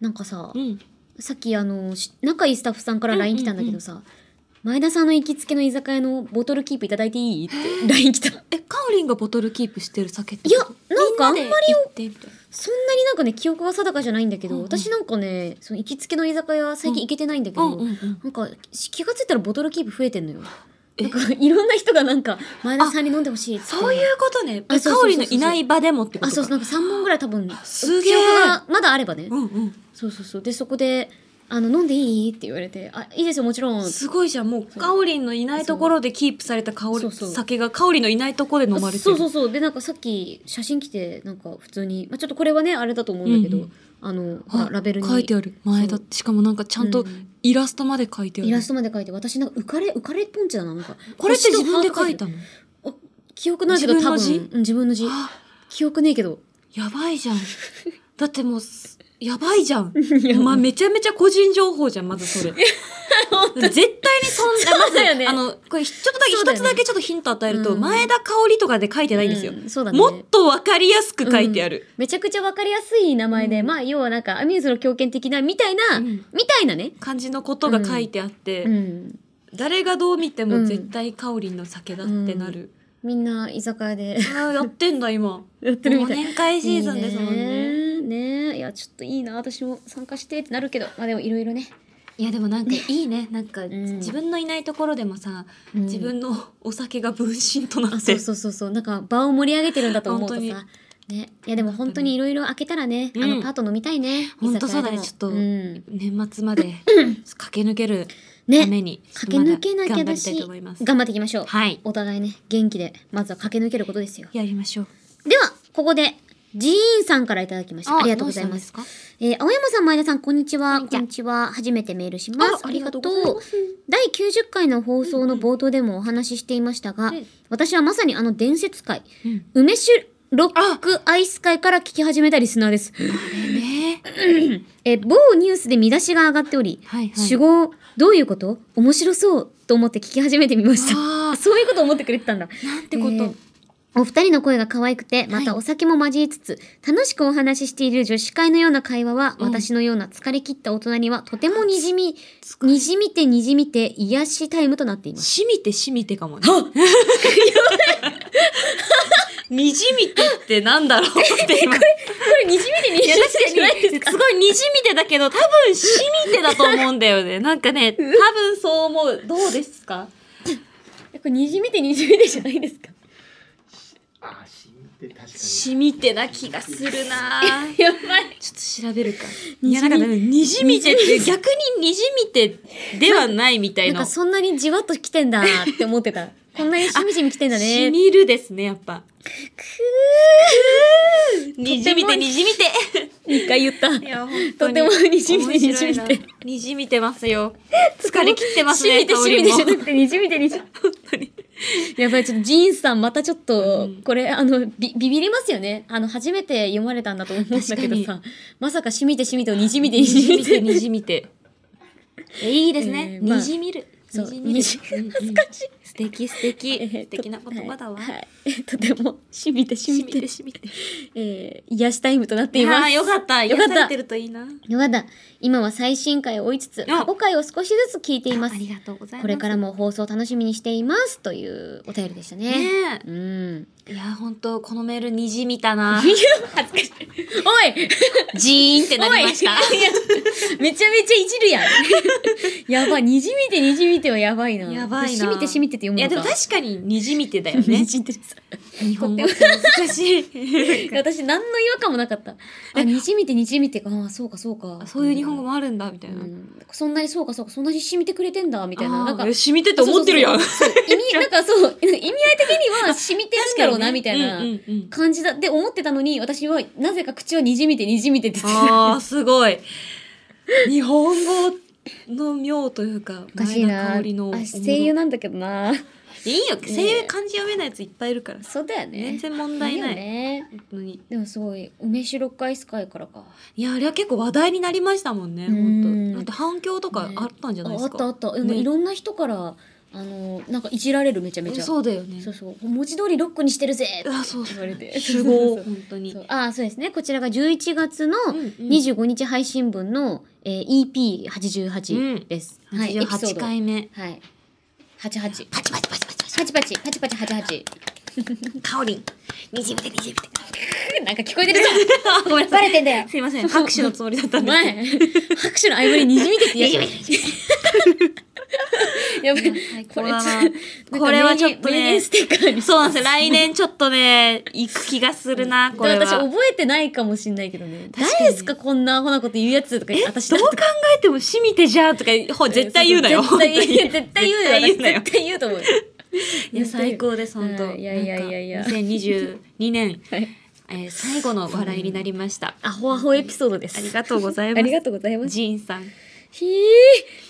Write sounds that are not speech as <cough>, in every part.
なんかさ、うん。さっきあのし仲いいスタッフさんからうん LINE 来たんだけどさ、前田さんの行きつけの居酒屋のボトルキープいただいていいって LINE 来たえ、カオリンがボトルキープしてる酒っていいやなんかあんまりりみたいなそんなになんかね記憶が定かじゃないんだけど、うんうん私なんかねその行きつけの居酒屋最近行けてないんだけうど、んうんうん。なんかし気がついたらボトルキープ増えてんのよえなんかいろんな人がなんか前田さんに飲んでほしいっつってそういうことね。あえそうカそオうそうリそうンのいない場でもってこあとそうそうか。なんか3本ぐらい多分すげえ記憶がまだあればね、うんうん。そうそうそうでそこで「あの飲んでいい?」って言われて「あいいですよもちろん」すごいじゃん。もう、カオリンのいないところでキープされた香そうり、そう酒がカオリンのいないところで飲まれてる。そうそうそうでなんかさっき写真来てなんか普通に、まあ、ちょっとこれはねあれだと思うんだけど、うんうんあのほあらラベルに書いてある。前だそって。しかもなんかちゃんうとんイラストまで書いてある。イラストまで書いて私なんか浮かれ浮かれポンチだななんかこれって自分で書星いとハートたのあ記憶ないけど自多分の字分、うん、自分の字あ記憶ねえけどやばいじゃん。だってもうす、やばい <laughs> じゃん。まあ、めちゃめちゃ個人情報じゃん、まずそれ。絶対にそんな、そうだよねまず、あの、これ、ちょっとだけ、そうだ一よねつだけちょっとヒント与えると、うん前田香織とかで書いてないんですよ。うんそうだねもっとわかりやすく書いてある。めちゃくちゃわかりやすい名前で、うんまあ要はなんかアミューズの狂犬的なみたいな、うんみたいなね、感じのことが書いてあって、うん、誰がどう見てうもん絶対香織の酒だってなる。みんな居酒屋 <laughs> でああ、やってんだ、今。やってるみ忘たい年会シーズンですもんね。いいねねえいやちょっといいな私も参加してってなるけどまあでもいろいろね、いや、でもなんかいいね。なんか、ん自分のいないところでもさ、うん自分のお酒が分身となあっそてうそうそうそうなんか場を盛り上げてるんだと思うとさ本当ねいやでも本当にいろいろ開けたらね、うんあのパート飲みたいね本当居酒屋でもそうだねちょっとん、年末まで駆け抜けるためねに、駆け抜けなきゃ頑張だりたいしと思います。頑張っていきましょう、はい、お互いね元気でまずは駆け抜けることですよやりましょう。ではここでジーンさんからいただきましたありがとうございますどうしたんでえー青山さん前田さんこんにちはこんにちこはんにちは初めてメールしますあありがとうございます。第90回の放送の冒頭でもお話ししていましたが、うん私はまさにあの伝説会、うん梅酒ロックアイス会から聞き始めたリスナーです。ねえ、え某ニュースで見出しが上がっており、はいはい主語どういうこと面白そうと思って聞き始めてみました。あーそういうこと思ってくれてたんだ。なんてこと。えーお二人の声が可愛くて、またはいお酒も交えつつ、楽しくお話ししている女子会のような会話は、うん私のような疲れ切った大人には、とてもにじみ、にじみてにじみて、癒しタイムとなっています。しみてしみてかもね。にじ <laughs> みてってなんだろうって今。これ、にじみてにいや確かに <laughs> すごいにじみてだけど多分しみてだと思うんだよね。なんかね多分そう思う。どうです <laughs> か？これ、にじみてにじみてじゃないですか。あ、染みて確かに。しみてな気がするなぁ。やばい。ちょっと調べるか。にじみいや、なんかね、にじみてって、逆ににじみてではないみたいなんな。か、そんなにじわっと来てんだって思 <laughs> ってた。こんなにしみじみ来てんだしね。みるですね、やっぱ。にじみとってもて、にじみて。一回言った。い <laughs> や、本当にとてもにじみてにじみて。にじみてますよ。疲れ切ってますしね、みて香しりみてじゃ <laughs> も。なくて、にじみてにじみて。本当に。やばい、ちょっとジーンさん、またちょっと、うんこれ、あの、ビ、ビビりますよね。あの、初めて読まれたんだと思うんだけど確かさ、まさかしみてしみてをにじみてににじじみみて、て。にじみて。えいいですね。えーまあにじみる。そうにじみる。にじうんうん懐かしい素敵、素敵。えー素敵な言葉だわと。はい。はいとても、しみてししみみてて、、しみて。えー、癒しタイムとなっていいやまーす。よかった。よよかかっったた。てるといいな。まだ、今は最新回を追いつつ、過去回を少しずつ聞いていますあ。りがとうございます。これからも放送楽しみにしています。というお便りでしたねね。うん。え。いやー、本当このメールにじみた <laughs> な。おいジーンってなりました。おい <laughs> いやめちゃめちゃいじるやん。 <laughs> やばい、にじみてにじみてはやばいな。やばいな。しみてしみてって読むいのか。や、でも確かににじみてだよね <laughs> に。じんでるさ日本語って難しい。私何の違和感もなかった。あ、にじみてにじみてか。あー、そうかそうか。そういう日本語も。もあるんだ、みたいな。うんそんなにそうかそうか。そんなに染みてくれてんだ、みたいな。なんかあー、しみてって思ってるやん。そうそうそうそう意味、なんかそう、意味合い的には染みてるんだろうな、みたいなうんうんうん感じだって思ってたのに、私はなぜか口はにじみてにじみてって言ってたあー、すごい。日本語の妙というか、おかしい前田な。香織のおもろあ声優なんだけどな。いいよ、声優漢字読めないやついっぱいいるから。そうだよね。全然問題ないよね。のにでもすごい梅シロックアイス会からか。いやあれは結構話題になりましたもんねうん本当あと反響とかあったんじゃないでああすっか、たあった。でもねいろんな人からあのなんかいじられるめちゃめちゃそうだよねそうそう文字通りロックにしてるぜってあそう言そわうれてすごそいう本当にそうあそうですねこちらが11月のうんうん25日配信分の、えー、EP88 です、はいエピソー88ド回目はい88パチパチパチパチパチパチパチパチパチ88カオリンにじみてにじみて <laughs> なんか聞こえてるぞごめんバレてんだよすいません拍手のつもりだったんですけど前拍手の合間ににじみてってやつやばい最高これだなちょこれはちょっとね名言ステッカーにそうなんですよ来年ちょっとね行く気がするなこれは私覚えてないかもしんないけどねかに誰ですかこんなアホなこと言うやつとか私どだうと考えてもしみてじゃんとかほ絶対言うなよ絶対 <laughs> 本当に言う <laughs> 絶対言うよ絶対言うなよ絶対言うと思ういや最高です本当、はいいやいやいやいやなんか2022年、はいえー最後の笑いになりました、アホアホエピソードですありがとうございますありがとうございますジーンさんひー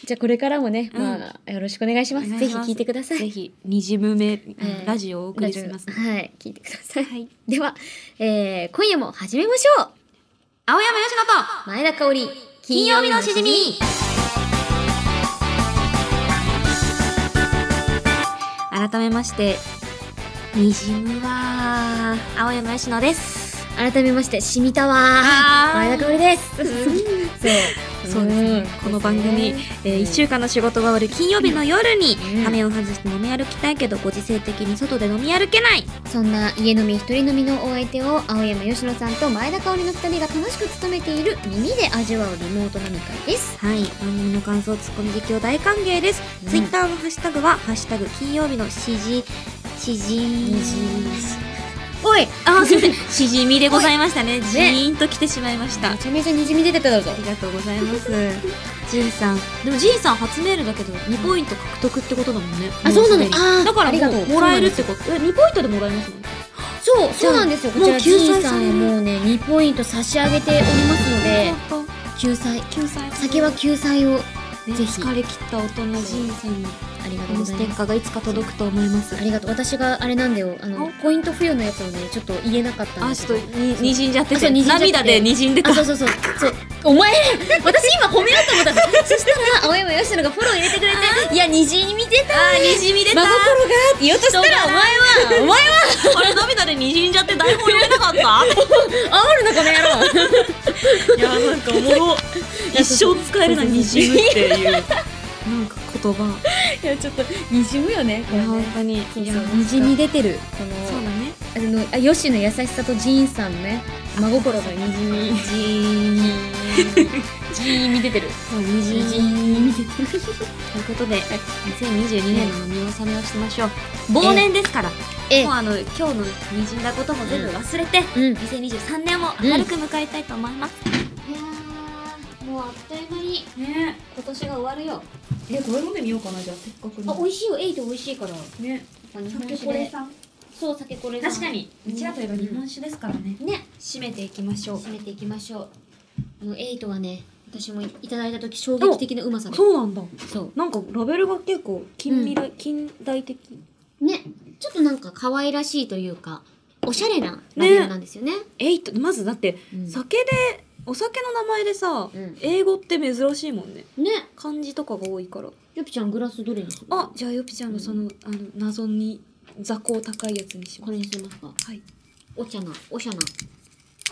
じゃあこれからもね、うんまあよろしくお願いしますお願いぜしひます聞いてくださいぜひ二時無名、えーラジオをお送りしますラジオはい聞いてください、はいでは、えー、今夜も始めましょう青山よしのと前田香織金金曜曜日日ののししじじみみ改めましてにじむは青山よしのです改めましてしみたわあー前田香織ですそうそうですね、んこの番で組、すねえ1週間の仕事が終わる金曜日の夜にうん羽目を外して飲み歩きたいけどご時世的に外で飲み歩けないそんな家飲み一人飲みのお相手を青山佳乃さんと前田香織の2人が楽しく務めている耳で味わうリモート飲み会ですはい番組の感想ツッコミ実況大歓迎です、うんツイッターのハッシュタグは「ハッシュタグ金曜日のしじしじおいあすいませんしじみでございましたねジーンと来てしまいましためちゃめちゃにじみ出てただぞありがとうございます。ジンさん、でもジンさん初メールだけど2ポイント獲得ってことだもんね。あそうなのもすでにあーだからありがともううもらえるってこと。え2ポイントでもらえますもそん。うそうなんですよこちもらう救済 G さんへされるもうね2ポイント差し上げておりますので救済救済先は救済をねぜひ疲れ切った大人ジンさんにありがとこうごのざスいテまッすカーがいつか届くと思いますあ。りがとう私があれなんだよあのおポイント付与のやつをねちょっと言えなかったんあだちけょどっとににじんじゃってあそてうにじんじゃってて涙でにじんでたあそうそうそう <laughs> そうお前私今褒めようと思ったの <laughs> そしたら青山佳乃がフォロー入れてくれていや虹に見てたあーにじみ出真た心がって言おうとしたらお前はお前はあれ涙でにじんじゃって台本読めなかった煽るのこの野郎いやなんかおもろ <laughs> 一生使えるなにじむっていうなんか言葉 <laughs> いやちょっとにじむよねこれいねや本当にいやにじみ出てるこそうだのねあのあヨシの優しさとジーンさんのね真心がにじ <laughs> みじーじーみ出てるそうにじじじーみ出てる <laughs> ということで2022年の飲み納めをしましょうん忘年ですからえもうあの今日のにじんだことも全部忘れてうん2023年も明るく迎えたいと思いますいやーもうあっという間にね今年が終わるよえこれ飲んでみようかなじゃあせっかくあ美味しいよエイト美味しいからやっねぱ日本酒でさんそう酒これだ確かにうちらといえば日本酒ですからねね締めていきましょう締めていきましょうあのエイトはね私もいただいた時衝撃的なうまさでそうなんだそなんかラベルが結構近未来、近代的うねちょっとなんか可愛らしいというかおしゃれなラベルなんですよねエイトまずだってうん酒でお酒の名前でさ、うん英語って珍しいもんねね漢字とかが多いからゆぴちゃんグラスどれにするあじゃあよぴちゃんのその,、あの謎に座高高いやつにしまこれすにしますかはいお茶なおしゃな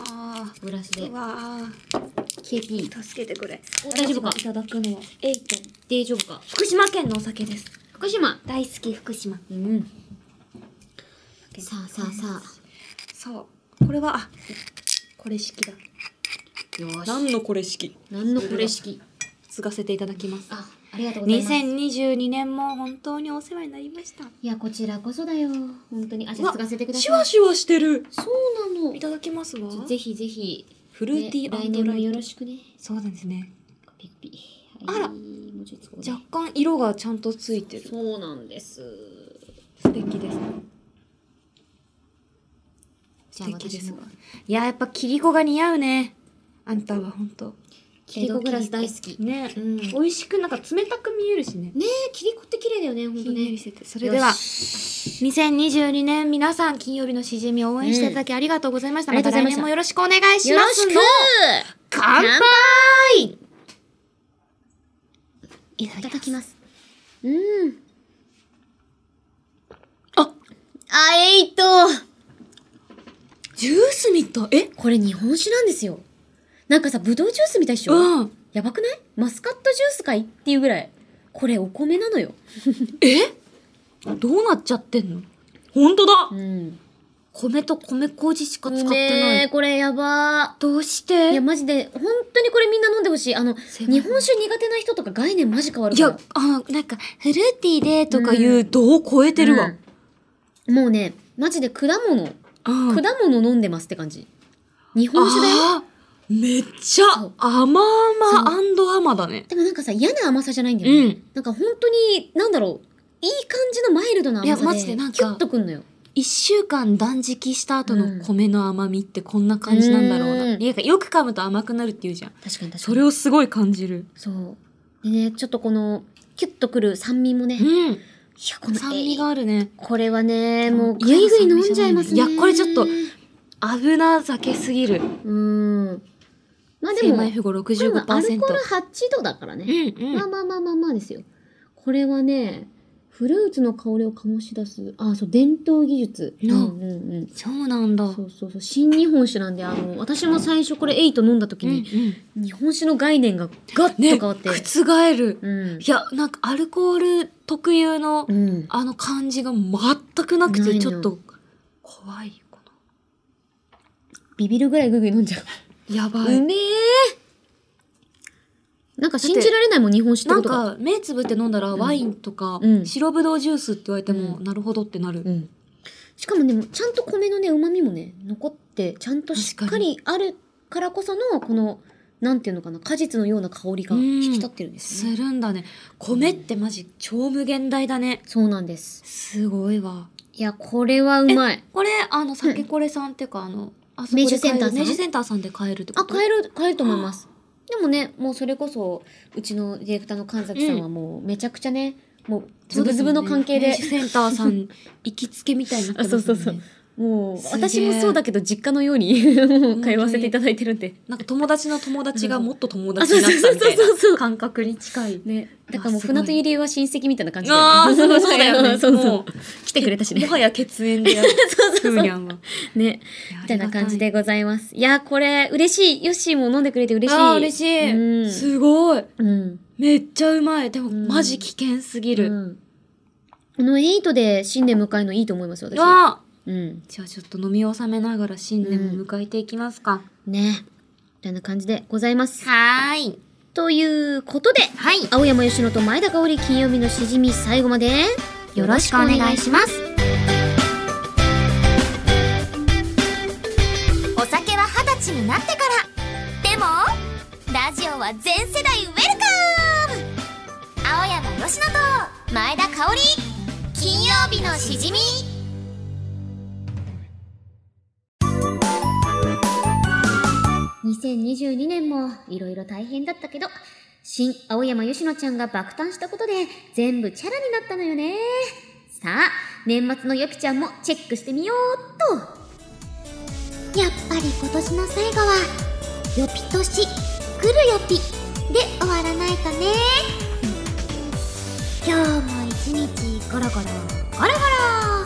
あグラスーでうわー KP 助けてくれ大丈夫か私がいただくのはエイト大丈夫か福島県のお酒です福島大好き福島うんさあさあさそうこれはあこれ式だあよーし何のこれ式何のこれ式継がせていただきますあありがとうございます2022年も本当にお世話になりましたいやこちらこそだよ本当にあじゃうあわ継がせてくだシュさワいシュワしてるそうなのいただきますわぜひぜひフルねーティー来年もライトよろしくねそうなんですねピッピあらはいもうちょっとここで若干色がちゃんとついてるそうなんです素敵ですじゃあ素敵で私すもいややっぱキリコが似合うねあんたは本当キリコグラス大好きねね、うん美味しくなんか冷たく見えるしねえキリコって綺麗だよね本ひ当んやねりしててそれではよし2022年皆さん金曜日のしじみを応援していただきありがとうございました、うんまたありがとう来ございました年もよろしくお願いしよまろすしくの乾杯いたいただきますうんあ、えいっと。ジュースみたい。えこれ日本酒なんですよ。なんかさ、ぶどうジュースみたいでしょ、うん。やばくないマスカットジュースかいっていうぐらい。これお米なのよ。えどうなっちゃってんのほんとだうん。米と米麹しか使ってなねえ、い。これやばどうしー。いてや、マジで、本当にこれみんな飲んでほしい。あの、狭い日本酒苦手な人とか概念マジ変わるいから。や、あの、なんか、フルーティーでとかいう度を超えてるわ。うんもうね、マジで果物、うん。果物飲んでますって感じ。日本酒だよ。あーめっちゃ甘々甘だね。でもなんかさ、嫌な甘さじゃないんだよね。うん。なんか本当に、なんだろう、いい感じのマイルドな甘さで、いやマジでなんかキュッとくんのよ。一週間断食した後うんの米の甘みってこんな感じなんだろうな。うんなんかよく噛むと甘くなるっていうじゃん。確かに確かそに。れをすごい感じる。そう。でね、ちょっとこの、キュッとくる酸味もね、ういん。や、この、酸味えがあるね。いこれはね、でももう、ぐいぐい飲んじゃいますね。いやこれちょっとう危な酒すぎる。ん。まあで精も、米不合65%。まあアルコール8度だからね。うんうまあん。まあまあまあまあですよ。これはね、フルーツの香りを醸し出す、あ、そう、伝統技術。うんうんうん。そうなんだ。そうそうそう、新日本酒なんで、あの、私も最初これエイト飲んだ時うんうに、ん。日本酒の概念がガッとね、変わって。覆る。うん。いや、なんかアルコール特有の、うん。あの感じが全くなくないて、のちょっと怖いかビビるぐらいグイグイ飲んじゃう。な。やばい。めえなんか信じられないもん、日本酒ってこなんとが。か、目つぶって飲んだらワインとかう、ん白ぶどうジュースって言われても、うなるほどってなる。うん。しかもね、ちゃんと米のね、旨味もね、残って、ちゃんとしっかりあるからこその、この、なんていうのかな、果実のような香りがうん引き立ってるんですすね。るんだね。米ってマジ超無限大だね。そうなんです。すごいわ。いや、これはうまい。これ、あの、酒これさんっていうか、あの、あそこで明治センターさん買える明治センターさんで買えるってこあ、と買える、買えると思います。でもね、もうそれこそ、うちのディレクターの神崎さんはもう、めちゃくちゃね、もう、ズブズブの関係で明、治センターさん、行きつけみたいになってますもんねあそうそうそう。もう、すげえ私もそうだけど、実家のように <laughs> もう通わせていただいてるんで。なんか友達の友達がもっと友達になったみたいあそうそうそうそうそなう感覚に近い。ね、だからもううわすごい船と入りは親戚みたいな感じああ、そうだよ <laughs> ね。そうそもう。来てくれたしうねも。はや血縁でやる。そうそう <laughs> は。ね。みたいな感じでございます。いや、これ、嬉しい。ヨッシーも飲んでくれて嬉しい。ありがたい。あー嬉しうんい。すごい。うん。めっちゃうまい。でも、うんマジ危険すぎる。うんこのエイトで新年迎えるのいいと思います、私。わあうん。じゃあちょっと飲み納めながら新年も迎えていきますか。ね。みたいな感じでございます。はーい。ということで、はい。青山吉野と前田香織金曜日のしじみ最後まで、よろしくお願いします。お酒は二十歳になってからでもラジオは全世代ウェルカム青山佳乃と前田香織金曜日のしじみ2022年もいろいろ大変だったけど、新青山吉乃ちゃんが爆誕したことで全部チャラになったのよね。さあ、年末のよぴちゃんもチェックしてみようっと。やっぱり今年の最後は「よぴ年来るよぴ」で終わらないとね今日も一日ゴロゴロゴロゴロあ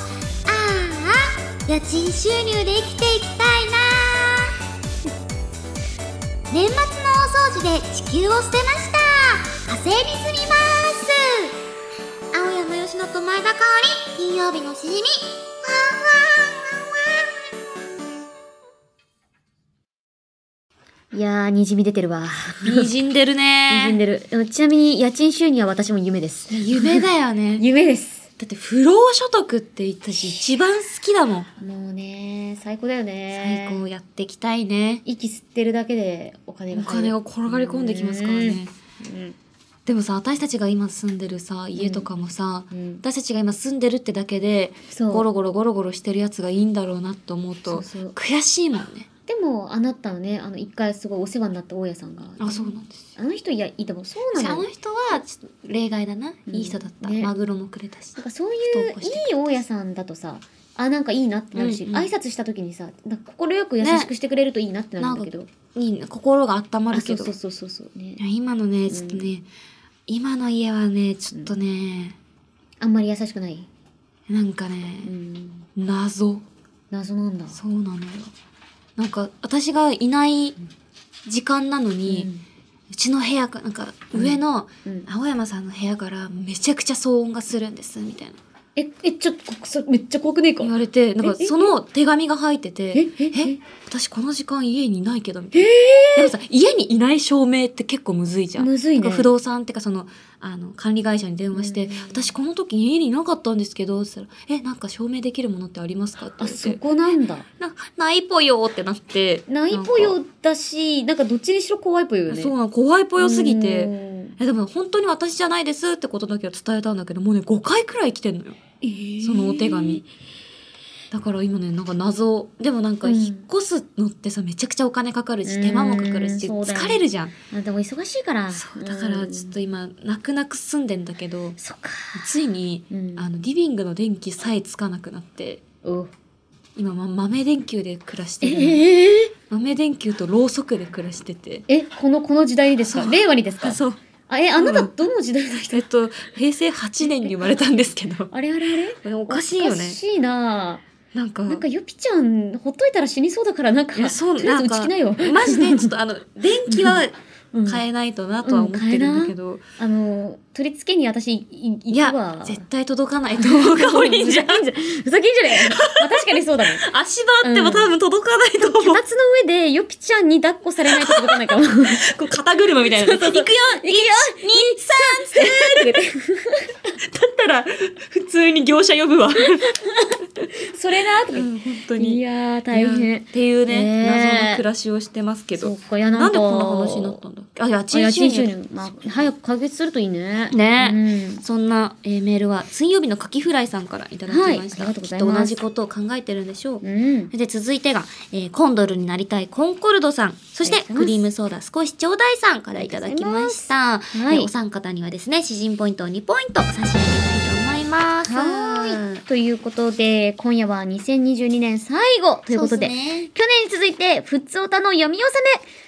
あ家賃収入で生きていきたいな <laughs> 年末のお掃除で地球を捨てました火星に住みます青山吉野と前田香織金曜日のしじみわんわんわんわんいやー、にじみ出てるわ。にじんでにじるんね。でる。うんちなみに家賃収入は私も夢です。夢だよね。夢です。 <laughs> だって不労所得って言ったし、一番好きだもん。もうね、最高だよね最。高。やっていきたいね。息吸ってるだけでお金がお金が転がり込んできますからね。うん。でもさ私たちが今住んでるさ家とかもさ、うん。私たちが今住んでるってだけでそう。ゴロゴロゴロゴロしてるやつがいいんだろうなと思うそとうそう。悔しいもんねでも、あなたはね、あの、一回すごいお世話になった大家さんが。あそうなんですあの人いやいいと思うそうなあののよ人はちょっと例外だな、うんいい人だった、ねマグロもくれたしなんかそういう不登校いしてい大家さんだとさあなんかいいなってなるし、うんうん挨拶した時にさなんか快く優しくしてくれるといいなってなるんだけど、いいな心が温まあるそけうどそうそうそうそうねいや今のねちょっとね、今の家はねちょっとね、あんまり優しくないなんかうね、ん謎。謎なんだそうなのよ。なんか、私がいない時間なのに、うちの部屋か、なんか、上の、うんうん青山さんの部屋からめちゃくちゃ騒音がするんです、みたいな。ええちょっとこそれめっちゃ怖くねえか言われて、なんかええその手紙が入ってて、えええ私この時間家にいないけど、みたいな。でもさ、家にいない証明って結構むずいじゃん。むずいねなんか不動産ってかその、あの、管理会社に電話して、うん私この時家にいなかったんですけど、って言ったら、え、なんか証明できるものってありますかって言あわれそて、こなんだなないぽよってなって。ないぽよだしなんかどっちにしろ怖いぽよよなんかねそうなの、怖いぽよすぎうて。んえ、でも本当に私じゃないですってことだけは伝えたんだけど、もうね、5回くらい来てんのよ。えーそのお手紙。だから今ね、なんか謎。でもなんかうん引っ越すのってさ、めちゃくちゃお金かかるうし、ん手間もかかるし、そうだよね疲れるじゃん。あでも忙しいからそう、だからちょっと今、泣く泣く住んでんだけど、そっかついに、うんあの、リビングの電気さえつかなくなって、お今、ま、豆電球で暮らしてるのよええ豆電球とろうそくで暮らしてて。えこのこの時代にですか令和にですかそう。あえあなたうんどの時代の人えっと、平成8年に生まれたんですけ <laughs>。どあれあれあれおかしいよおかね。しいななんか、なんかヨピちゃんほっといたら死にそうだからなんかいやそうとりあえずなん打かち切なよマジでちょっとあの、電気はうん変えないとなとは思ってるんだけど、あの取り付けに私いいい行くわや、絶対届かないと思うかおりんじゃん。ふざけんじゃねえまあ確かにそうだね <laughs> 足場あっても多分届かないと思う。脚立の上でヨピちゃんに抱っこされないと届かないかもこう肩車みたいな。行くよ !1、2、3だったら、普通に業者呼ぶわ。それなとかう言っん、本当てに。いやー大いやっ変ていうね、ねえ謎の暮らしをしてますけそどっ。かいやななんかんでこんな話になったんだっけあ、家あいや賃収人入種にまあ、早く解決するといいねねうんそんな、えーメールは水曜日のカキフライさんからいただきまはいありした。がとうごきざっいますと同じことを考えてるんでしょう。うんで続いてが、えーコンドルになりたいコンコルドさんそしありてがとうごクざリいームソーダ少しちょうだいさんからいただきましりがとうございたますはいえーお三方にはですね詩人ポイントを2ポイント差し上げたいと思いますはーい。ということで、今夜は2022年最後ということで、そうっすね去年に続いて、ふつおたの読み納め、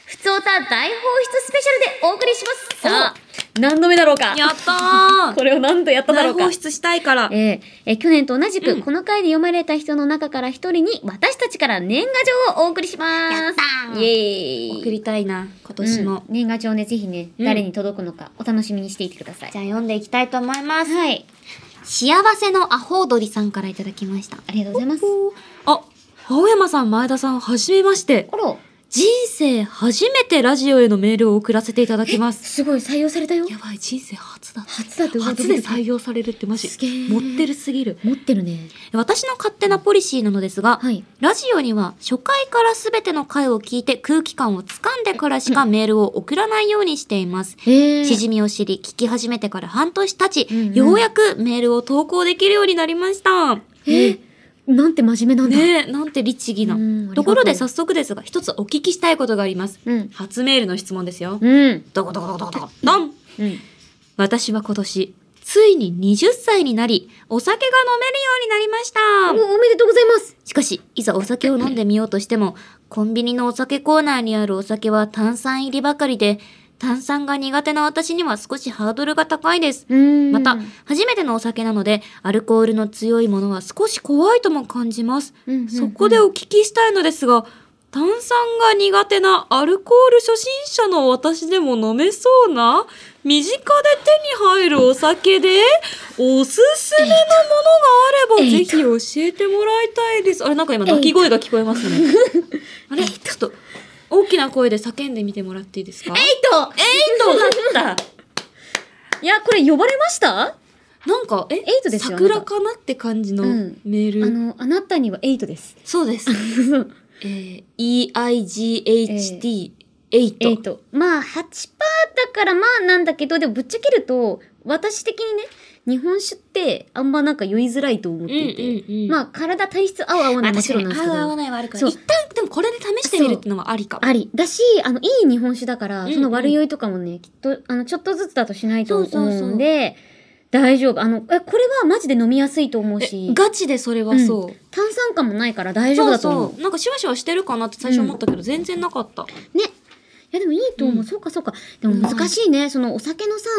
ふつおた大放出スペシャルでお送りします。さあ、何度目だろうかやったこれを何度やっただろーうか放出したいからえーえー去年と同じく、うんこの回で読まれた人の中から一人に、私たちから年賀状をお送りします。やったーイエーイ。送りたいな今年も、うん年賀状ね、ぜひね、うん誰に届くのか、お楽しみにしていてください。じゃあ読んでいきたいと思います、はい。幸せのアホウドリさんからいただきましたありがとうございます。あ青山さん前田さんはじめましてあら、人生初めてラジオへのメールを送らせていただきますすごい、採用されたよ。やばい、人生初だって。初だってうわ初で採用されるってマジすげー。持ってるすぎる。持ってるね。私の勝手なポリシーなのですが、はい。ラジオには初回からすべての回を聞いて空気感をつかんでからしかメールを送らないようにしています。へえ。しじみを知り、聞き始めてから半年経ち、うんうんようやくメールを投稿できるようになりました。えー、なんて真面目なんだ。ねえ、なんて律儀なうんありがと。うところで早速ですが、一つお聞きしたいことがあります。うん。初メールの質問ですよ。うん。どこどこどこどこどこどんうん。私は今年、ついに20歳になり、お酒が飲めるようになりました。おおめでとうございます。しかし、いざお酒を飲んでみようとしても、コンビニのお酒コーナーにあるお酒は炭酸入りばかりで、炭酸が苦手な私には少しハードルが高いです。うんまた、初めてのお酒なので、アルコールの強いものは少し怖いとも感じます。うんうんうんそこでお聞きしたいのですが、炭酸が苦手なアルコール初心者の私でも飲めそうな、身近で手に入るお酒で、おすすめのものがあれば、えぜいひ教えてもらいたいです。あれ、なんか今、鳴き声が聞こえますね。 <laughs> あれ、ちょっと、大きな声で叫んでみてもらっていいですかえいととだった <laughs> いや、これ呼ばれましたあなんか、え、エイトですよ桜かなって感じのうんメール。の、あなたにはエイト <laughs> です。そうです。えー、EIGHT8。エイト。まあ、8%だからまあなんだけど、でもぶっちゃけると、私的にね、日本酒ってあんまなんか酔いづらいと思っていて、うんうんうんまあ体体質合う合わまないあも確ちかろんになんですけ合うど。合わないはあるから。そう一旦、でもこれで試してみるってのはありかも。あり。だし、あの、いい日本酒だから、うんその悪酔いとかもね、きっと、あの、ちょっとずつだとしないと思そうそうそううんで、大丈夫。あの、え、これはマジで飲みやすいと思うしえ、ガチでそれはそう。炭酸感もないから大丈夫だと思う。そうそう。なんかシュワシュワしてるかなって最初思ったけど、全然なかった。ね。いや、でもいいと思う。うんそうかそうか。でも難しいね。そのお酒のさ、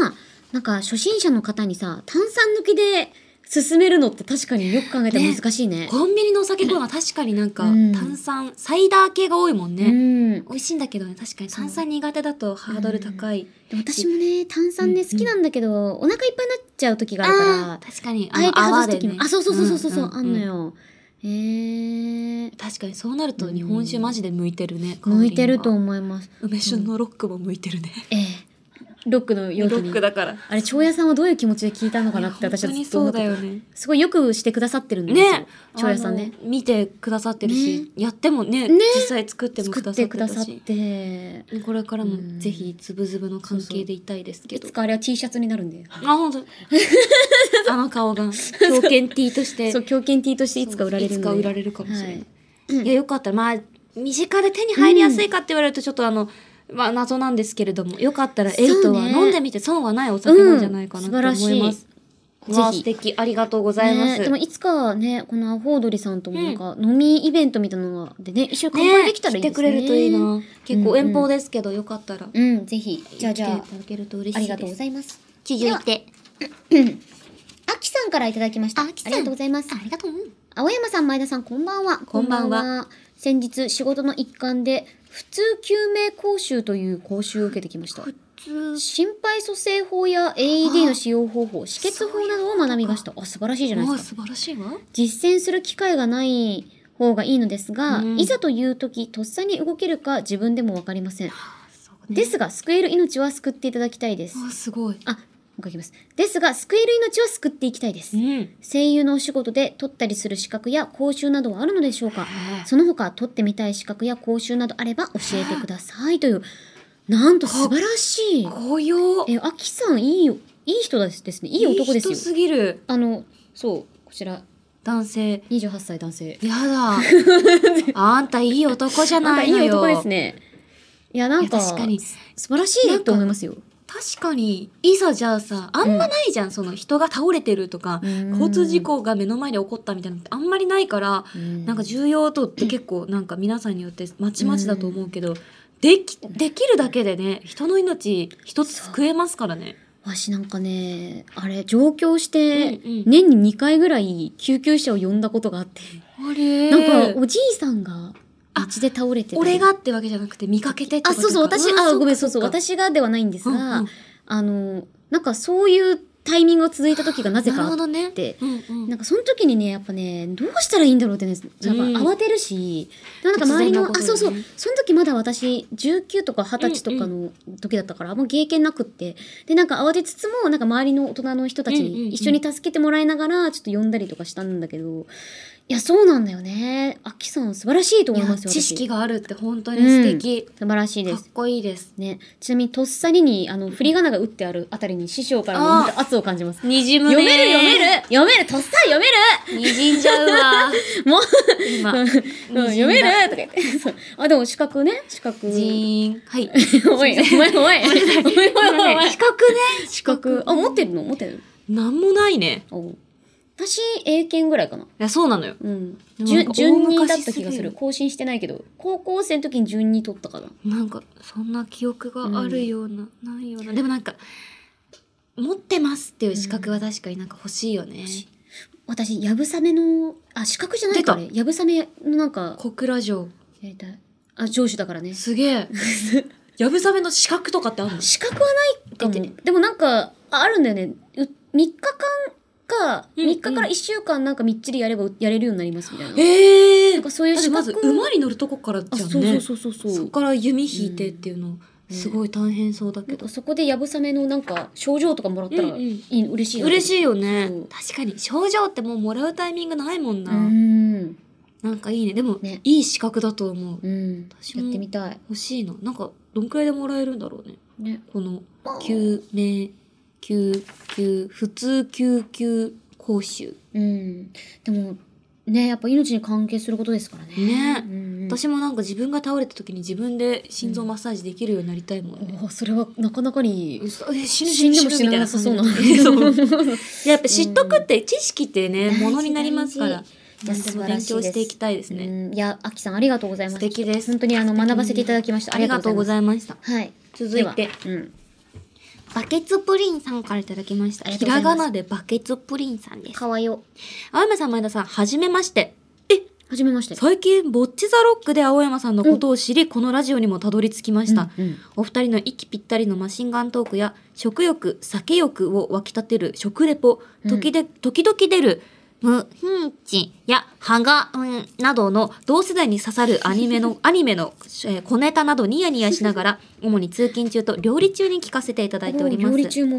なんか初心者の方にさ、炭酸抜きで進めるのって確かによく考えたらね難しいね。コンビニのお酒コーナー確かになんかうん炭酸、サイダー系が多いもんね、うん。美味しいんだけどね確かにそう炭酸苦手だとハードル高い、でも私もね、炭酸ね、うん好きなんだけど、お腹いっぱいになっちゃう時があるから、確かにあえて外す時もも、あ、そうそうそうそうそう、あんのよよ。へえー。確かにそうなると日本酒マジで向いてるね、向いてるとう思います。梅酒のロックも向いてるね、ええ。ロックの容器ロにック。だからあれ、長屋さんはどういう気持ちで聞いたのかなって本私当はずにっとそ思っうてだたよねすごいよくしてくださってるんですよ。ね長屋さんねあの見てくださってるし、やってもねね実際作っても作くだっさっててくだたさっ。してこれからもぜひつぶつぶの関係でいたいですけいど、つかあれは T シャツになるんで。あ本当 <laughs> あの顔が狂犬 T としてそう、狂犬 T としていつか売られるいんつで。か売られるかもしれない、はいいやよかったらまあ身近で手に入りやすいかって言われるとちょっとあの、まあ、謎なんですけれどもよかったらエイトはそうね飲んでみて損はないお酒なんじゃないかなと思います、うん素晴らしいわあぜひ素敵ありがとうございます、ね、でもいつかねこのアホウドリさんともなんか飲みイベントみたいなのがでね一緒に乾杯できたらいいねです来てくねれるといいな結う構んうん遠方ですけど、よかったらうんぜひじゃあじゃ来あていただけると嬉しあいでりすがとうございます続いて。あきさんからいただきましたあきさんりがとうございますありがとう。青山さん前田さんこんばんはこんばんは先日仕事の一環で普通救命講習という講習を受けてきましたつ心肺蘇生法や AED の使用方法止血法などを学びましたあ素晴らしいじゃないですかわあ素晴らしいわ実践する機会がない方がいいのですが、うんいざという時とっさに動けるか自分でも分かりませんそうねですが救える命は救っていただきたいですわあすごいあもう一回いきますですが救える命は救っていきたいですん声優のお仕事で取ったりする資格や講習などはあるのでしょうかその他取ってみたい資格や講習などあれば教えてくださいというなんと素晴らしい紅葉えあきさんいいよいい人ですねいい男ですよ人すぎるあのそうこちら男性28歳男性や <laughs> だあんたいい男じゃなんかないいのよい男ですね。いや、ないんやか、確かに素晴らしいと思いますよ。確かにいざじゃあさあんまないじゃん、その人が倒れてるとか、うん交通事故が目の前で起こったみたいなのってあんまりないから、うんなんか重要度って結構なんか皆さんによってまちまちだと思うけど、できできるだけでね人の命一つ救えますからね。わしなんかね、あれ、上京して、うんうん年に2回ぐらい救急車を呼んだことがあって、あれなんか、おじいさんが、あ道で倒れてたり俺がってわけじゃなくて見かけてってあ、ことそうそう、か私、ーあ、ごめん、そうっかそう、っか私がではないんですうんが、うんあの、なんかそういうタイミングが続いた時がなぜなるかあほっどね。て、うんうんなんかその時にねやっぱねどうしたらいいんだろうってねなんか慌てるし、なんか周りの、突然のこあとそうそうよねその時まだ私19とか20歳とかの時だったから、あんま経験なくってでなんか慌てつつもなんか周りの大人の人たちうんうんうんに一緒に助けてもらいながらちょっと呼んだりとかしたんだけどいやそうなんだよねあきさん素晴らしいとい思いやますよ知識ががあるって本当に素敵、素晴らしいでかっす。こいいです。ね、ちなみにとっさににあの振り仮名が打ってあるあたりに師匠からのあー本当圧を感じます。にじむ読める読める読めるとっさ読めるるにじんじゃうわもう今 <laughs> うんうんにじ読んだめるとか言って。そうあ、でも資格ね。資格。じーんはい <laughs> おい、お前、お前。お前、お前、お前 <laughs> 資。格ね資格。あ、持ってるの持ってるなんもないねおう私、英検ぐらいかな。いやそうなのようん。なん順か順二だっ大昔たすぎ気るがする。更新してないけど、高校生の時に順二取ったかな。なんかそんな記憶があるような、ないようなでもなんか持ってますっていう資格は確かになんか欲しいよね、私、やぶさめの、あ、資格じゃない出たかね。やぶさめのなんか、小倉城えーとあ、上手だからね。すげ <laughs> えやぶさめの資格とかってあるの資格はないかも。でもなんか、ああるんだよね。う3日間か、うん3日から1週間なんかみっちりやればやれるようになりますみたいな。ええなんかそういうだって資ま格ず馬に乗るとこからあ、じゃんそうねそうそうそうそそうこ。から弓引いてっていうのすごい大変そうだなけんどか、そこでやぶさめのなんか症状とかもらったらうんうんいい、嬉しいな嬉しいよねそう確かに賞状ってもうもらうタイミングないもうんな、んなんかいいねでもねいい資格だと思ううん私やもってみたい欲しいななんかどんくらいでもらえるんだろうねねこの救命救急普通救急講習うんでもねやっぱ命に関係することですからねねうんうん私もなんか自分が倒れた時に自分で心臓マッサージできるようになりたいもんね、おそれはなかなかに嘘え死ぬ死んでも死死ぬみななたいなさそうな <laughs> <laughs> そうやっぱ知っとくって知識ってねうんものになりますから大事大事私も勉強していきたいですうねんいやあきさんありがとうございま素す敵です本当にあの学ばせていただきましたありがとうごいざいましたますはい続でいてはうんバケツプリンさんからいただきました。ありがひとうござらいますがなでバケツプリンさんです。かわよ。青山さん前田さんはじめましてはじめまして。最近ボッチザロックで青山さんのことを知り、このラジオにもたどり着きました、うんうんお二人の息ぴったりのマシンガントークや食欲酒欲を湧き立てる食レポうん時で、時々出る無ヒンチやハガうんなどの同世代に刺さるアニメ <laughs> のアニメの、えー小ネタなどニヤニヤしながら主に通勤中と料理中に聞かせていただいておりまお料理す。中も。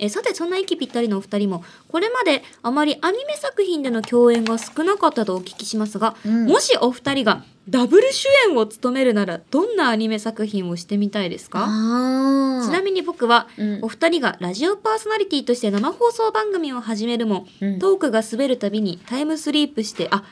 えーさてそんな息ぴったりのお二人もこれまであまりアニメ作品での共演が少なかったとお聞きしますが、うんもしお二人がダブル主演を務めるならどんなアニメ作品をしてみたいですかああ。ちなみに僕は、うんお二人がラジオパーソナリティとして生放送番組を始めるも、うんトークが滑るたびにタイムスリープして、あ、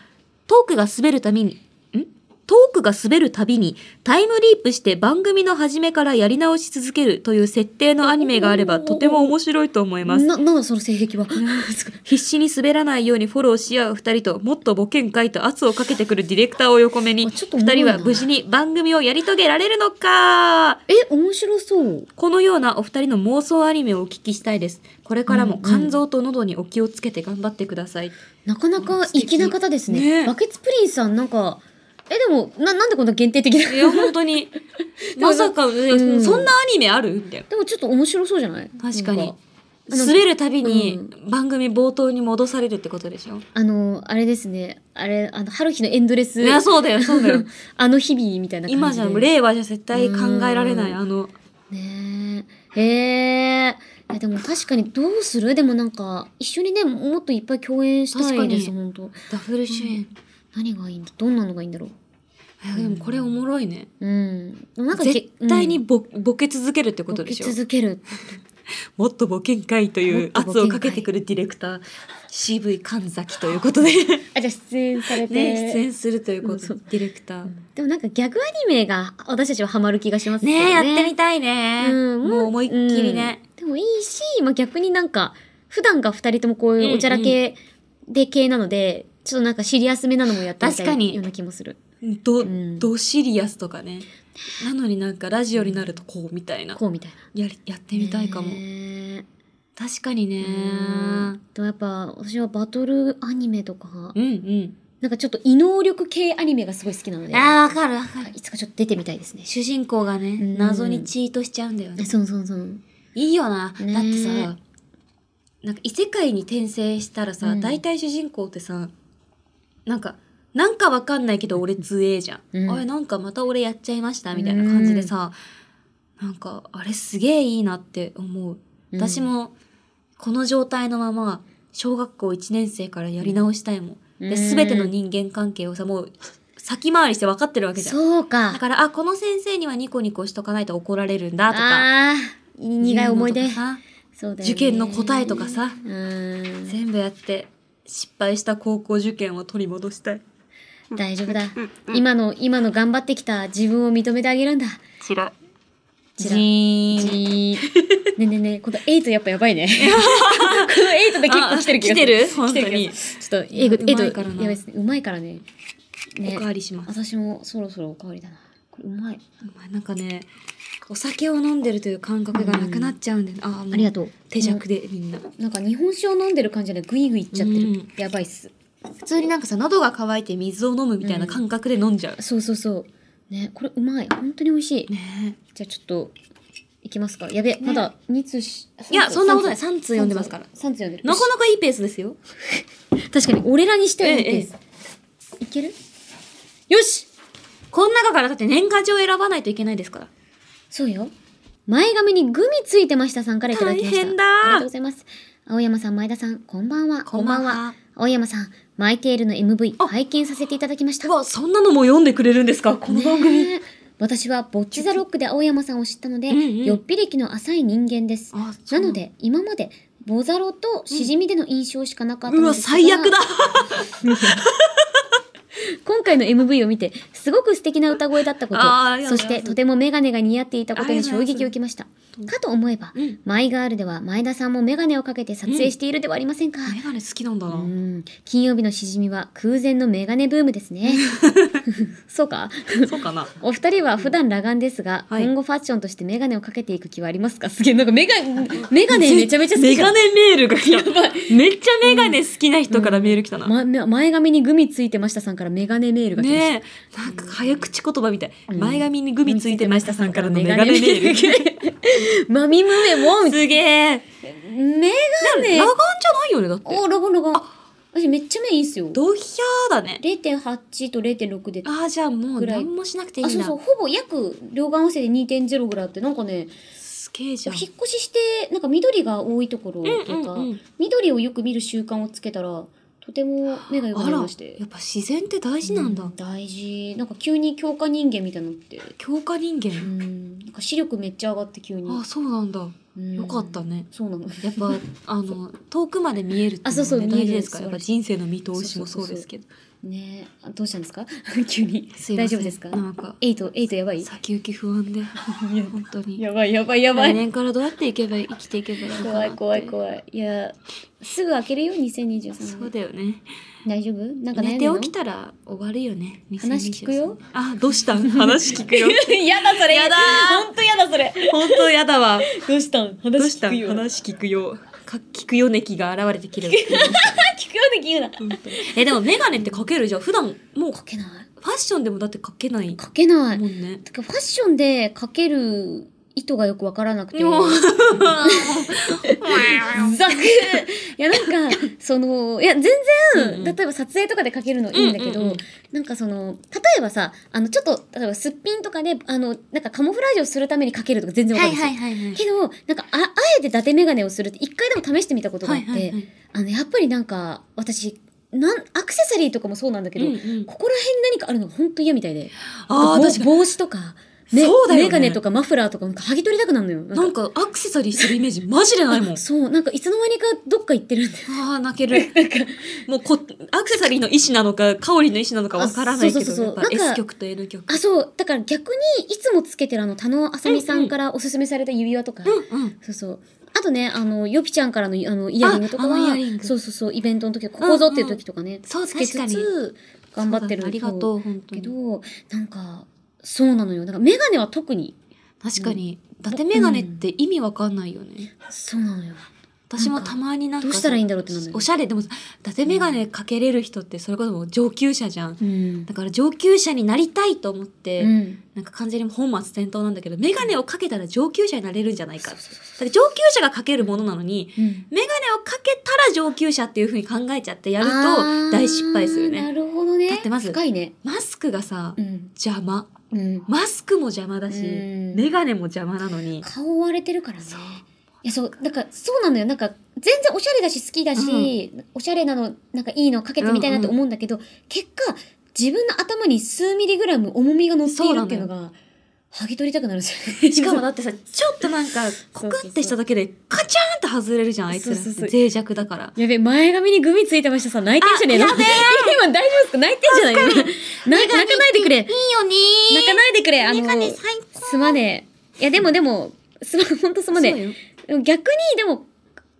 トークが滑るたびに、んトークが滑るたびにタイムリープして番組の始めからやり直し続けるという設定のアニメがあればとても面白いと思います。な、なんだその性癖は。 <laughs> 必死に滑らないようにフォローし合う二人ともっとボケんかいと圧をかけてくるディレクターを横目にあ二ちょっと重いな人は無事に番組をやり遂げられるのかえ、面白そう。このようなお二人の妄想アニメをお聞きしたいです。これからも肝臓と喉にお気をつけて頑張ってください。なかなか粋な方ですねね。バケツプリンさん、なんか、え、でも、な、なんでこんな限定的ないや、本当に。まさか、んそんなアニメあるみたいな。 <laughs> でもちょっと面白そうじゃない確かなんに。滑るたびにう番組冒頭に戻されるってことでしょ。あの、あれですね。あれ、あの、春日のエンドレス。いや、そうだよ、そうだよ。 <laughs> あの日々みたいな感じで。今じゃ、令和じゃ絶対考えられない、うんあの、ねえ。へえ。いやでも確かにどうするでもなんか一緒にねもっといっぱい共演したいです確かに本当ダブル主演。何がいいんだどんなのがいいんだろいやでもこれおもろいね。ううんでもなんか絶対にボボ,、ボケ続けるってことケでしょ。続け <laughs> るもっとボケんかいというもっとボ圧ケんかいをかけてくるディレクター、CV 神崎ということ <laughs> で。あじゃあ出演されて、ね、出演するということ、そうディレクター。でもなんかギャグアニメが私たちはハマる気がしますけねどえ、やってみたたいね。うんもう思いっきりね。、うんでもいいし、まあ、逆になんか普段が二人ともこううんいうんうおちゃらけで系なので、ちょっとなんかシリアスめなのもやってみ確たかにいような気もするど、んどシリアスとかね。なのになんかラジオになるとこうみたいな。こうみたいなやり、やってみたいかも。ね確かにね。えでもやっぱ私はバトルアニメとかうんうん。なんかちょっと異能力系アニメがすごい好きなのでああ、わかるわかる。いつかちょっと出てみたいですね主人公がね、うん謎にチートしちゃうんだよね。そうそうそういいよな。ねだってさ、なんか異世界に転生したらさ、うん大体主人公ってさ、なんか、なんかわかんないけど俺強えじゃん。うんあれなんかまた俺やっちゃいましたみたいな感じでさ、なんかあれすげえいいなって思うう。ん私もこの状態のまま小学校1年生からやり直したいもん。うんで、全ての人間関係をさ、もう先回りして分かってるわけじゃん。そうかだから、あ、この先生にはニコニコしとかないと怒られるんだとか。あーい苦い思い出うのとかさそうだよね受験の答えとかさうん全部やって失敗した高校受験を取り戻したい大丈夫だ。今の、今の頑張ってきた自分を認めてあげるんだ。ちらじじらじー。ねえねえねえ、このエイトやっぱやばい <laughs> ね。このエイトで結構来てる気がする。あ来てる本当に来てる気がするちょっと、エイト、エイうまト、いからなやばいですね。うまいからね。ねおかわりします私もそろそろおかわりだな。これうまい。お前なんかねお酒を飲んでるという感覚がなくなっちゃうんだよ、ああありがうとう。手弱でみんななんか日本酒を飲んでる感じでグイグイいっちゃってうるん。やばいっす。普通になんかさ喉が渇いて水を飲むみたいな感覚で飲んじゃう、そうそうそう。ね、これうまい。本当に美味しい。ねじゃあちょっと、いきますか。やべえ、まだ2通し、いやそんなことない3 3通読んでますから3通読んでる。なかなかいいペースですよ確かに俺らにしてはいいです、えいけるよしこの中からだって年賀状選ばないといけないですからそうよ前髪にグミついてましたさんからいただきました大変だーありがとうございます青山さん前田さんこんばんはこんばんは青山さんマイテールの MV あ拝見させていただきましたうわそんなのも読んでくれるんですかこの番組、ねえ私はボッチザロックで青山さんを知ったので、うんうんよっぴ歴の浅い人間ですあそうなので今までボザロとシジミでの印象しかなかったうのわですが最悪だ今回の MV を見てすごく素敵な歌声だったこあーありとがとそうござしいますてとてもメガネが似合っていたことありにがと衝うございます撃を受けましたかと思えば、うんマイガールでは前田さんもメガネをかけて撮影しているではありませんか、メガネ好きなんだな。うん金曜日のしじみは空前のメガネブームです <laughs> ねそうかそうかな。お二人は普段裸眼ですが、はい今後ファッションとしてメガネをかけていく気はありますか <laughs> すげえなんかメガメガネめちゃめちゃ好きメじゃガんネメールが来 <laughs> た。めっちゃメガネ好きな人からメール来たな。まま前髪にグミついてましたさんからメガネメールが来ました、ねえ、なんか早口言葉みたい。うん前髪にグミついてましたさんからのメガネメール。す <laughs> マミムメもメげえ。ガネ裸眼じゃないよね、だって。おロゴロゴ私めっちゃ目いいっすよドヒャーだね。 0.8と0.6でああ、じゃあもうぐらい何もしなくていあいそんうだそう。ほぼ約両眼合わせで2.0ぐらいあってなんかねすげえじおゃん。引っ越ししてなんか緑が多いところとか、うんうんうん緑をよく見る習慣をつけたらとても目が良くあなりら、ましてやっぱ自然って大事なんだ。う大事なんか急に強化人間みたいになって強化人う間。んなんか視力めっちゃ上がって急にああ、そうなんだ。うんよかったねそうなの <laughs> やっぱあの遠くまで見えるっていあそうそうのも見えねる大事ですから素晴らやっぱしい人生の見通しもそうですけどねえあどうしたんですか <laughs> 急にすいません大丈夫ですかなんかエイトエイトやばい先行き不安で本当にやばいやばいやば来い年からどうやっていけば生きていけばいいのか怖ない怖い怖いいやすぐ開けるよ2023年そうだよね大丈夫なんか悩寝んてでん起きたら終わるよね話聞くよ2023あどうした <laughs> ん話聞くよの <laughs> やだそれやだほんとやだそれ本当や <laughs> だわどうしたんどう話した聞くんよ話聞くよか聞くよね気が現れてきてる聞くよって言うな本当えでもメガネってかけるじゃん普段もうフかけなァッションでもだってかけないいかけないもんねてかファッションでかける意図がよくわからなくてもうざく <laughs> いやなんかそのいや全然、うんうん例えば撮影とかでかけるのいいんだけど、うんうんうんなんかその例えばさあのちょっと例えばすっぴんとかであのなんかカモフラージュをするためにかけるとか全然わかるんですよ、はいはいけどなんかああえて伊達眼鏡をするって一回でも試してみたことがあって、いあのやっぱりなんか私なんアクセサリーとかもそうなんだけど、うんうんここら辺に何かあるのが本当嫌みたいでああぼ確かに帽子とか、めそうだよねメガネとかマフラーとかなんか剥ぎ取りたくなるのよ。なんかアクセサリーしてるイメージマジでないもんあそうなんかいつの間にかどっか行って <laughs> るんだよああ泣けるもうこアクセサリーの意思なのか香りの意思なのかわからないけあそうそうそうそどやっうぱなんか S 曲と N 曲あ、そう。だから逆に、いつもつけてるあの、田野あさみさうんんうんからおすすめされた指輪とか。うんうんそうそう。あとね、あの、よぴちゃんからのあのイヤリングとかああのイはヤリン、グそうそうそう、イベントの時は、ここぞっていう時とかね、そうつけつ確かにつ、頑張ってるそうだねありがとう本当けにど、なんか、そうなのよ。なんか、メガネは特に、確かに伊達メガネって意味わかんないよねそうなのよ。私もたまになんかどうしたらいいんだろうってなるのよおしゃれでもさ伊達メガネかけれる人ってそれこそもう上級者じゃんうんだ。から上級者になりたいと思って、うん。なんか完全に本末転倒なんだけど、メガネをかけたら上級者になれるんじゃないか。だから上級者がかけるものなのに、うんメガネをかけたら上級者っていう風に考えちゃってやると大失敗すあるーなね。るほどね。だってまず深いね。マスクがさ、うん。邪魔。うん。マスクも邪魔だし、うんメガネも邪魔なのに。顔割れてるからねいやそうだからそうなのよなんか全然おしゃれだし好きだし、おしゃれなのなんかいいのかけてみたいなと思うんだけど、結果自分の頭に数ミリグラム重みが乗っているっていうのが剥ぎ取りたくなるんですよねしかもだってさ、ちょっとなんか、コクってしただけで、カチャーンと外れるじゃん、あいつらっそうそうそうて。脆弱だから。 <laughs> やべえ前髪にグミついてましたさ泣いてんじゃねえのあやべえ <laughs> 今大丈夫ですか泣いてんじゃないの <laughs> 泣か泣かないでくれいいよね泣かないでくれあのメガネ最高すまねえいやでもでもすま <laughs> ほんとすまねえそうよでも逆にでも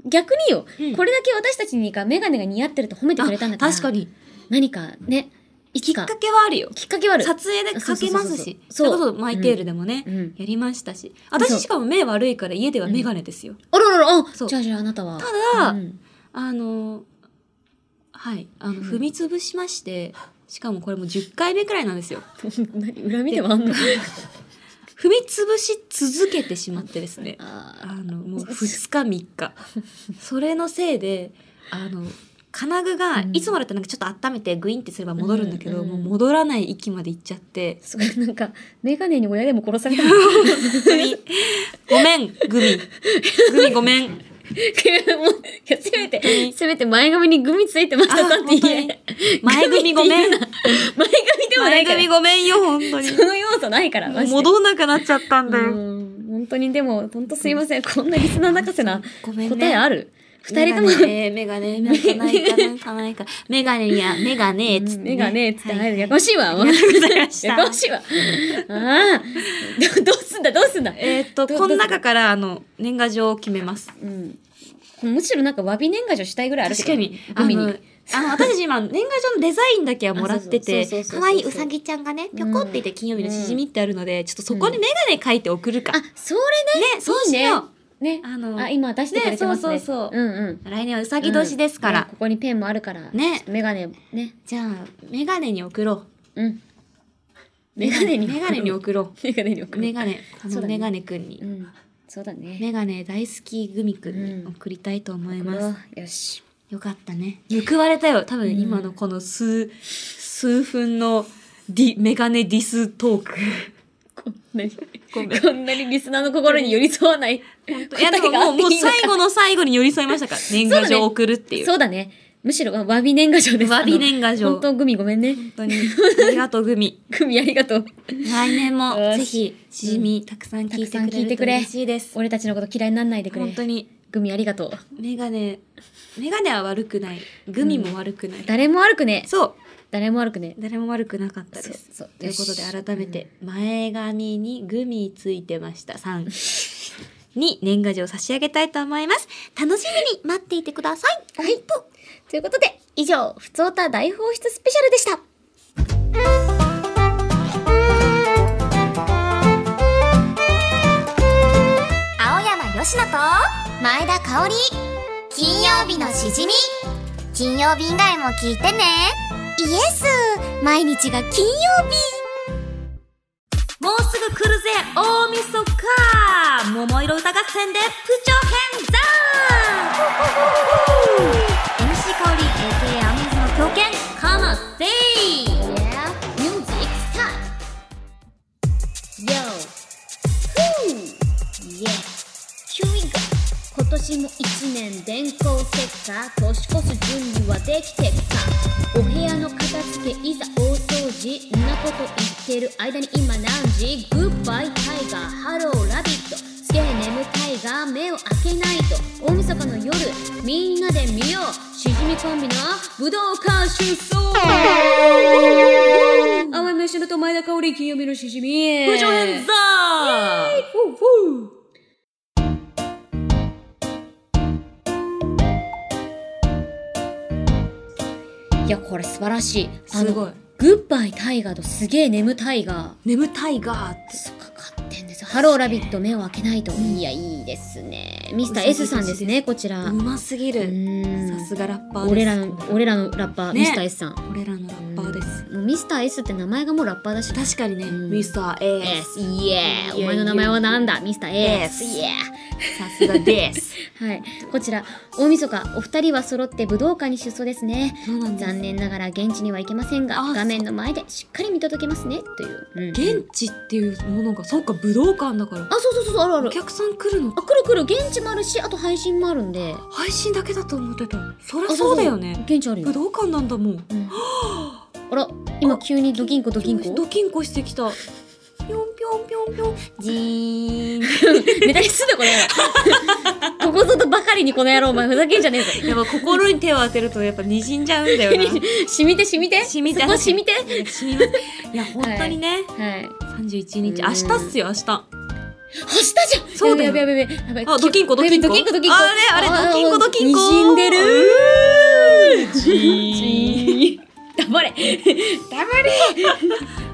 逆によ、うんこれだけ私たちにがメガネが似合ってると褒めてくれたんだあから確かに。何かねいつきっかかけはあるよ。きっかけはある撮影でかけますしそそうそうそうそれうこそマイテールでもね、うんうんやりましたしそう私しかも目悪いから家ではメガネですよ、あらららあそうじゃあじゃああなたはただうん <laughs> あのはいあの踏みつぶしましてしかもこれもう10回目くらいなんですよ何恨みでもあんの踏みつぶし続けてしまってで <laughs> すねああのもう2日3日それのせいであの金具がうんいつもだったらなんかちょっと温めてグインってすれば戻るんだけど、うんうんもう戻らない域まで行っちゃって <laughs> ーすごいなんかメガネに親でも殺されたの <laughs> 本当にごめんグミグミごめんもういやせめてせめて前髪にグミついてましたさって言え前組ごめん前髪でもな前いから組ごめんよ本当にその要素ないからマジで戻んなくなっちゃったんだようん本当にでも本当すいませんこんなリスナー泣かせなごめんね答えある二人とも、えー、メガネ、メガネ、ないか、なんかないか、メガネや、メガネ、つって、目がね、つって、はあいやかま <laughs> しいわ。ありがとうございましたやかましいわ。ああー、ど <laughs> どうすんだ、どうすんだ。えーっと、どこの中から、あの、年賀状を決めます。うん。むしろなんか、わび年賀状したいぐらいあるけ確どかに。あ海のに。、あの私たち今、年賀状のデザインだけはもらってあてそうそうそうそう、そう可愛いうさぎちゃんがね、ぴょこって言って金曜日のしじみってあるので、ちょっとそこにメガネ書いて送るか。あ、それね。ね、そうしよう。ねう。。あの、あ、今出してくれてますね。ねそうそうそううんうん。来年はうさぎ年ですかうんらこ。こにペンもあるから。ねメガネ、ね。じゃあ、メガネに送ろう。うん。メガネに。メガネに送ろメガネに送う。るメガネ、あそうの、だねメガネくんにう。ん。そうだね。メガネ大好きグミくんに送りたいと思います。うんよし。よかったね。報われたよ。多うん分今のこの数、数分のディメガネディストーク。こんなに、ごめんこんなにリスナーの心に寄り添わない。いやでももうもう最後の最後に寄り添いま <laughs> したから。年賀状を送るっていう。そうだね。むしろ、わわび年賀状です。わび年賀あの状。本当、グミごめんね。本当に。 <laughs> ありがとうグミ。グミありがとう。来年もよしぜひしじみたくさん聞いてくれると嬉しいです。俺たちのこと嫌いになんないでくれ本。当にグミありがとう。メガネ、メガネは悪くない。グミも悪くない。誰も悪くね。そう。誰も悪くね。誰も悪くなかったでそうす。そうということでよし改めて前髪にグミついてました3 <laughs> に年賀状差し上げたいと思います。楽しみに待っていてください。はい。ということで、以上、ふつおた大放出スペシャルでした。青山吉乃と前田香織金曜日のしじみ金曜日以外も聞いてねイエス毎日が金曜もうすぐ来るぜ大晦日桃色歌合戦でプチョヘンザー !MC 香り AKA アミーズの狂犬カマセイ Yeah, music start. Yo, whoo, yeah, here we go. 今年も一年電光石火年越す準備はできてるかお部屋の片付けいざ大掃除んなこと言ってる間に今何時グッバイタイガーハローラビットすげえ眠たいが目を開けないと大晦日の夜みんなで見ようしじみコンビの武道館出走甘い飯のと前田香織金曜日のしじみプチョヘンザーいやこれ素晴らしいあすのごい。グッバイタイガーとすげえ眠タイガ眠たいがーってーすごいかかってんですよハローラビット目を開けないと、いやいいですねミスター S さんですねこちらうますぎる。うんさすがラッパーです。俺らの俺らのラッパー、ねミスター S さん俺らのラッパーです。もうミスター S って名前がもうラッパーだし確かにね、うんミスター S。 S イエーいやお前の名前はなんだミスター S S イエさすが <laughs> です。ーはいこちら大晦日お二人は揃って武道館に出走ですねそうなんです残。念ながら現地には行けませんがあ画面の前でしっかり見届けますねという、うん現地っていうものが、そうか、武道館だからあ。そうそうそうそうあるあおる客さん来るのあか。くるくる現地もあるしあと配信もあるんで配信だけだと思ってた。そりあゃそうだよね。現地あるよ武道館なんだもん。うんあら今急にドキンコドキンコドキンコしてきた。ぴょんぴょんぴょんぴょん。じーん。ネタにすん <laughs> だこれここぞとばかりにこの野郎お前ふざけんじゃねえぞやっぱ心に手を当てるとやっぱ滲んじゃうんだよな。 <laughs> 染みて染みて染みてそこ染みて染みますいや、本当にね。はい明31日。明日っすよ、明日。日じゃんそうだよやべやべやべやべやべあ、ドキンコ、ドキンやべコ。ドキンコドキンコあれ、あれ、ードキンコ、ドキンコ。滲んでるうー。じー <laughs> 黙れ黙れ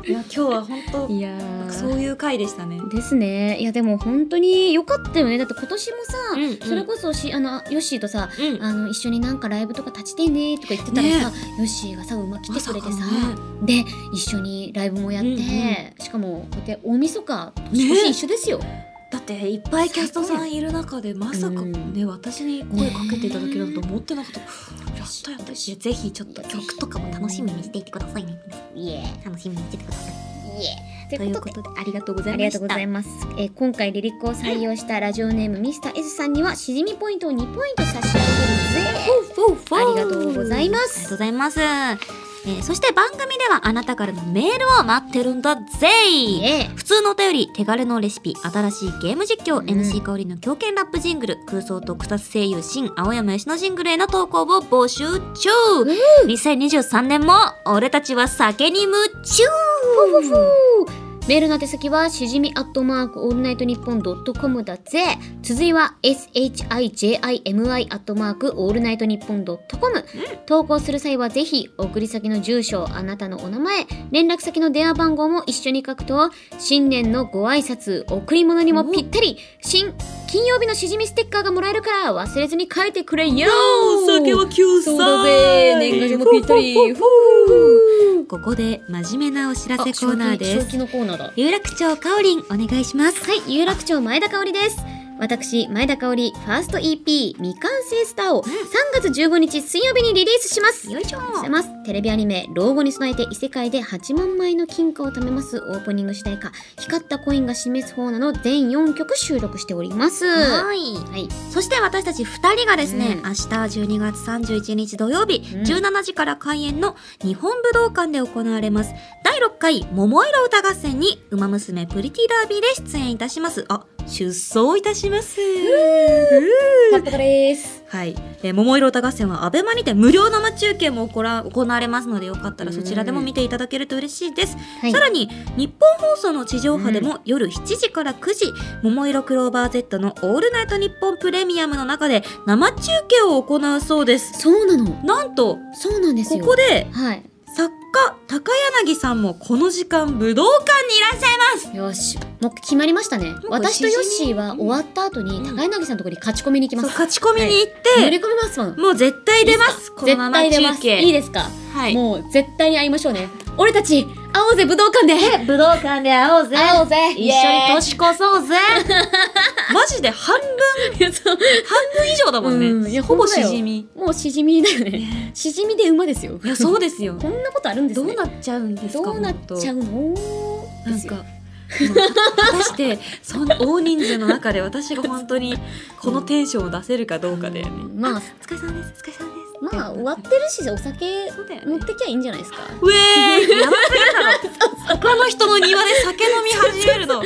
いや、今日は本当。いやーそういう回でしたね。ですねいやでも本当に良かったよねだって今年もさ、うんうんそれこそしあのヨッシーとさうん。あの一緒になんかライブとか立ちてねとか言ってたらさ、ヨッシーがさ馬来てくれてさ、まさかで一緒にライブもやって、うんうんしかもこうやって大晦日年越し一緒ですよ、だっていっぱいキャストさんいる中でまさかうんね私に声かけていただけるなんて思ってなかった。やったやった。いやぜひちょっと曲とかも楽しみにしていてくださいね。イエ楽しみにしててください。ーイエーとといいううこことでとでありがとうござあいりまがとうごしたざい。ます、えー今回リリックを採用したラジオネームミスター S さんにはしじみポイントを2ポイント差し上げるぜフォーフォーフォーありがとうございますありがとうございます。えーそして番組ではあなたからのメールを待ってるんだぜイエ普通のお便り、手軽のレシピ、新しいゲーム実況、ん MC 香りの狂犬ラップジングル、空想特撮声優、新青山吉野ジングルへの投稿を募集中、!2023 年も、俺たちは酒に夢中ーメールの宛先はしじみアットマークオールナイトニッポンドットコムだぜ続いは SHIJIMI アットマークオールナイトニッポンドットコム投稿する際はぜひ送り先の住所あなたのお名前連絡先の電話番号も一緒に書くと新年のご挨拶贈り物にもぴったり新金曜日のしじみステッカーがもらえるから忘れずに書いてくれよお酒は救済そうだぜ年賀状もぴったりふうふうふうふうここで真面目なお知らせコーナーで正す。気のコーナーだ有楽町かおりんお願いします。はい、有楽町前田香織です。私、前田香織、ファースト EP、未完成スターを3月15日水曜日にリリースします。よいしょしてますテレビアニメ「老後に備えて異世界で8万枚の金貨を貯めます」オープニング主題歌「光ったコインが示す方な」の全4曲収録しておりますははい。いそして私たち2人がですね、うん明日12月31日土曜日、うん17時から開演の日本武道館で行われます第6回桃色歌合戦に「ウマ娘プリティダービー」で出演いたしますあ出走いたしますパッパカですはい、えー桃色歌合戦はアベマにて無料生中継も行ら行われますのでよかったらそちらでも見ていただけると嬉しいです、はいさらに日本放送の地上波でも夜7時から9時「桃色クローバー Z」の「オールナイトニッポンプレミアム」の中で生中継を行うそうですそうなのなんとそうなんですこよこではい作家高柳さんもこの時間武道館にいらっしゃいよしもう決まりましたねう私とヨッシーうはん終わった後にうん高柳さんのところに勝ち込みに行きまますす勝ち込みに行っ乗りて込みますもんもう絶対出ますこの絶生対出ま中すいい継ですか、はいもう絶対に会いましょうね俺たち会おうぜ武道館で武道館で会おうぜ会おうぜ一緒に年越そうぜマジで半分イエーイ <laughs> そう以上だもんね、うんいやほぼ本当だしよ <laughs> じみもうしじみだよねしじみで馬ですよいやそうです <laughs> よこんなことあるんですどうねなっちゃうんですかどうなっちゃううのなでんすよかもう果たしてそん大人数の中で私が本当にこのテンションを出せるかどうかだよね、うんまあお疲れ様ですお疲れ様ですまあ終わってるしお酒そうだよ持ねってきゃいいんじゃないですかウェーイやばすぎだろ他の人の庭で酒飲み始めるの、ま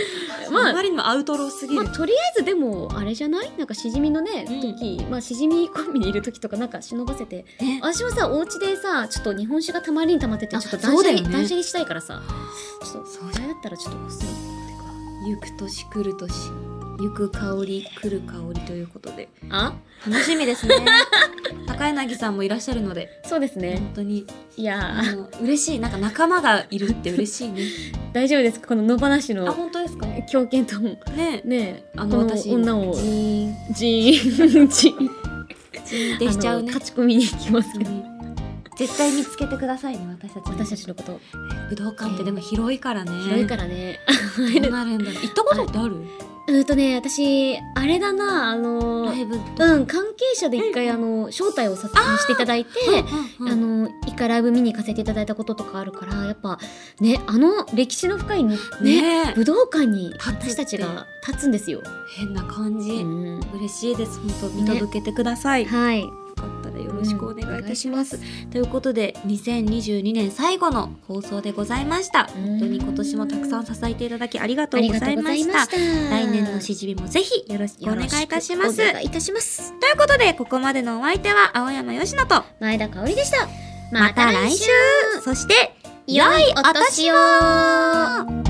まああまりにもアウトローすぎまる、あとりあえずでもあれじゃないなんかしじみのねうん時、まあしじみコンビにいる時とかなんか忍ばせてね私もさお家でさちょっと日本酒がたまりにたまっててちょあっとそ断うだ捨よ離、ね断捨離したいからさちょっとそうあれだったらちょっとこっそり行く年来る年行く香り来る香りということであ楽しみですね <laughs> 高柳さんもいらっしゃるのでそうですね本当にいやあーの嬉しいなんか仲間がいるって嬉しいね大丈夫ですかこの野放しあの本当ですかね狂犬ともねえあこの私女をジーンジーンジーンジーンってしちゃうねあの勝ち込みに行きますけど本当に絶対見つけてくださいね私たち私たちのこと武道館ってでも広いからね、広いからね、どうなるんだろう行ったことってあるうーんとね私あれだなあのライブとかうん関係者で一回、あの招待をさしていただいてうあんうんの一回ライブ見に行かせていただいたこととかあるからやっぱねあの歴史の深いねねねえ武道館に立つって私たちが立つんですよ。変な感じ、うん嬉しいです本当見届けてください、よはい、かったらよろしくお願いいたしますうんお願いしま、ということで2022年最後の放送でございました本当に今年もたくさん支えていただきありがとあうりごがざというござまいしまたした。来年のしじみもぜひよろしくおよ願ろしくいいたしますとおいう願いいたします。ことでここまでのお相手は青山佳乃と前田香織でした。また来週そして良いお年をお年を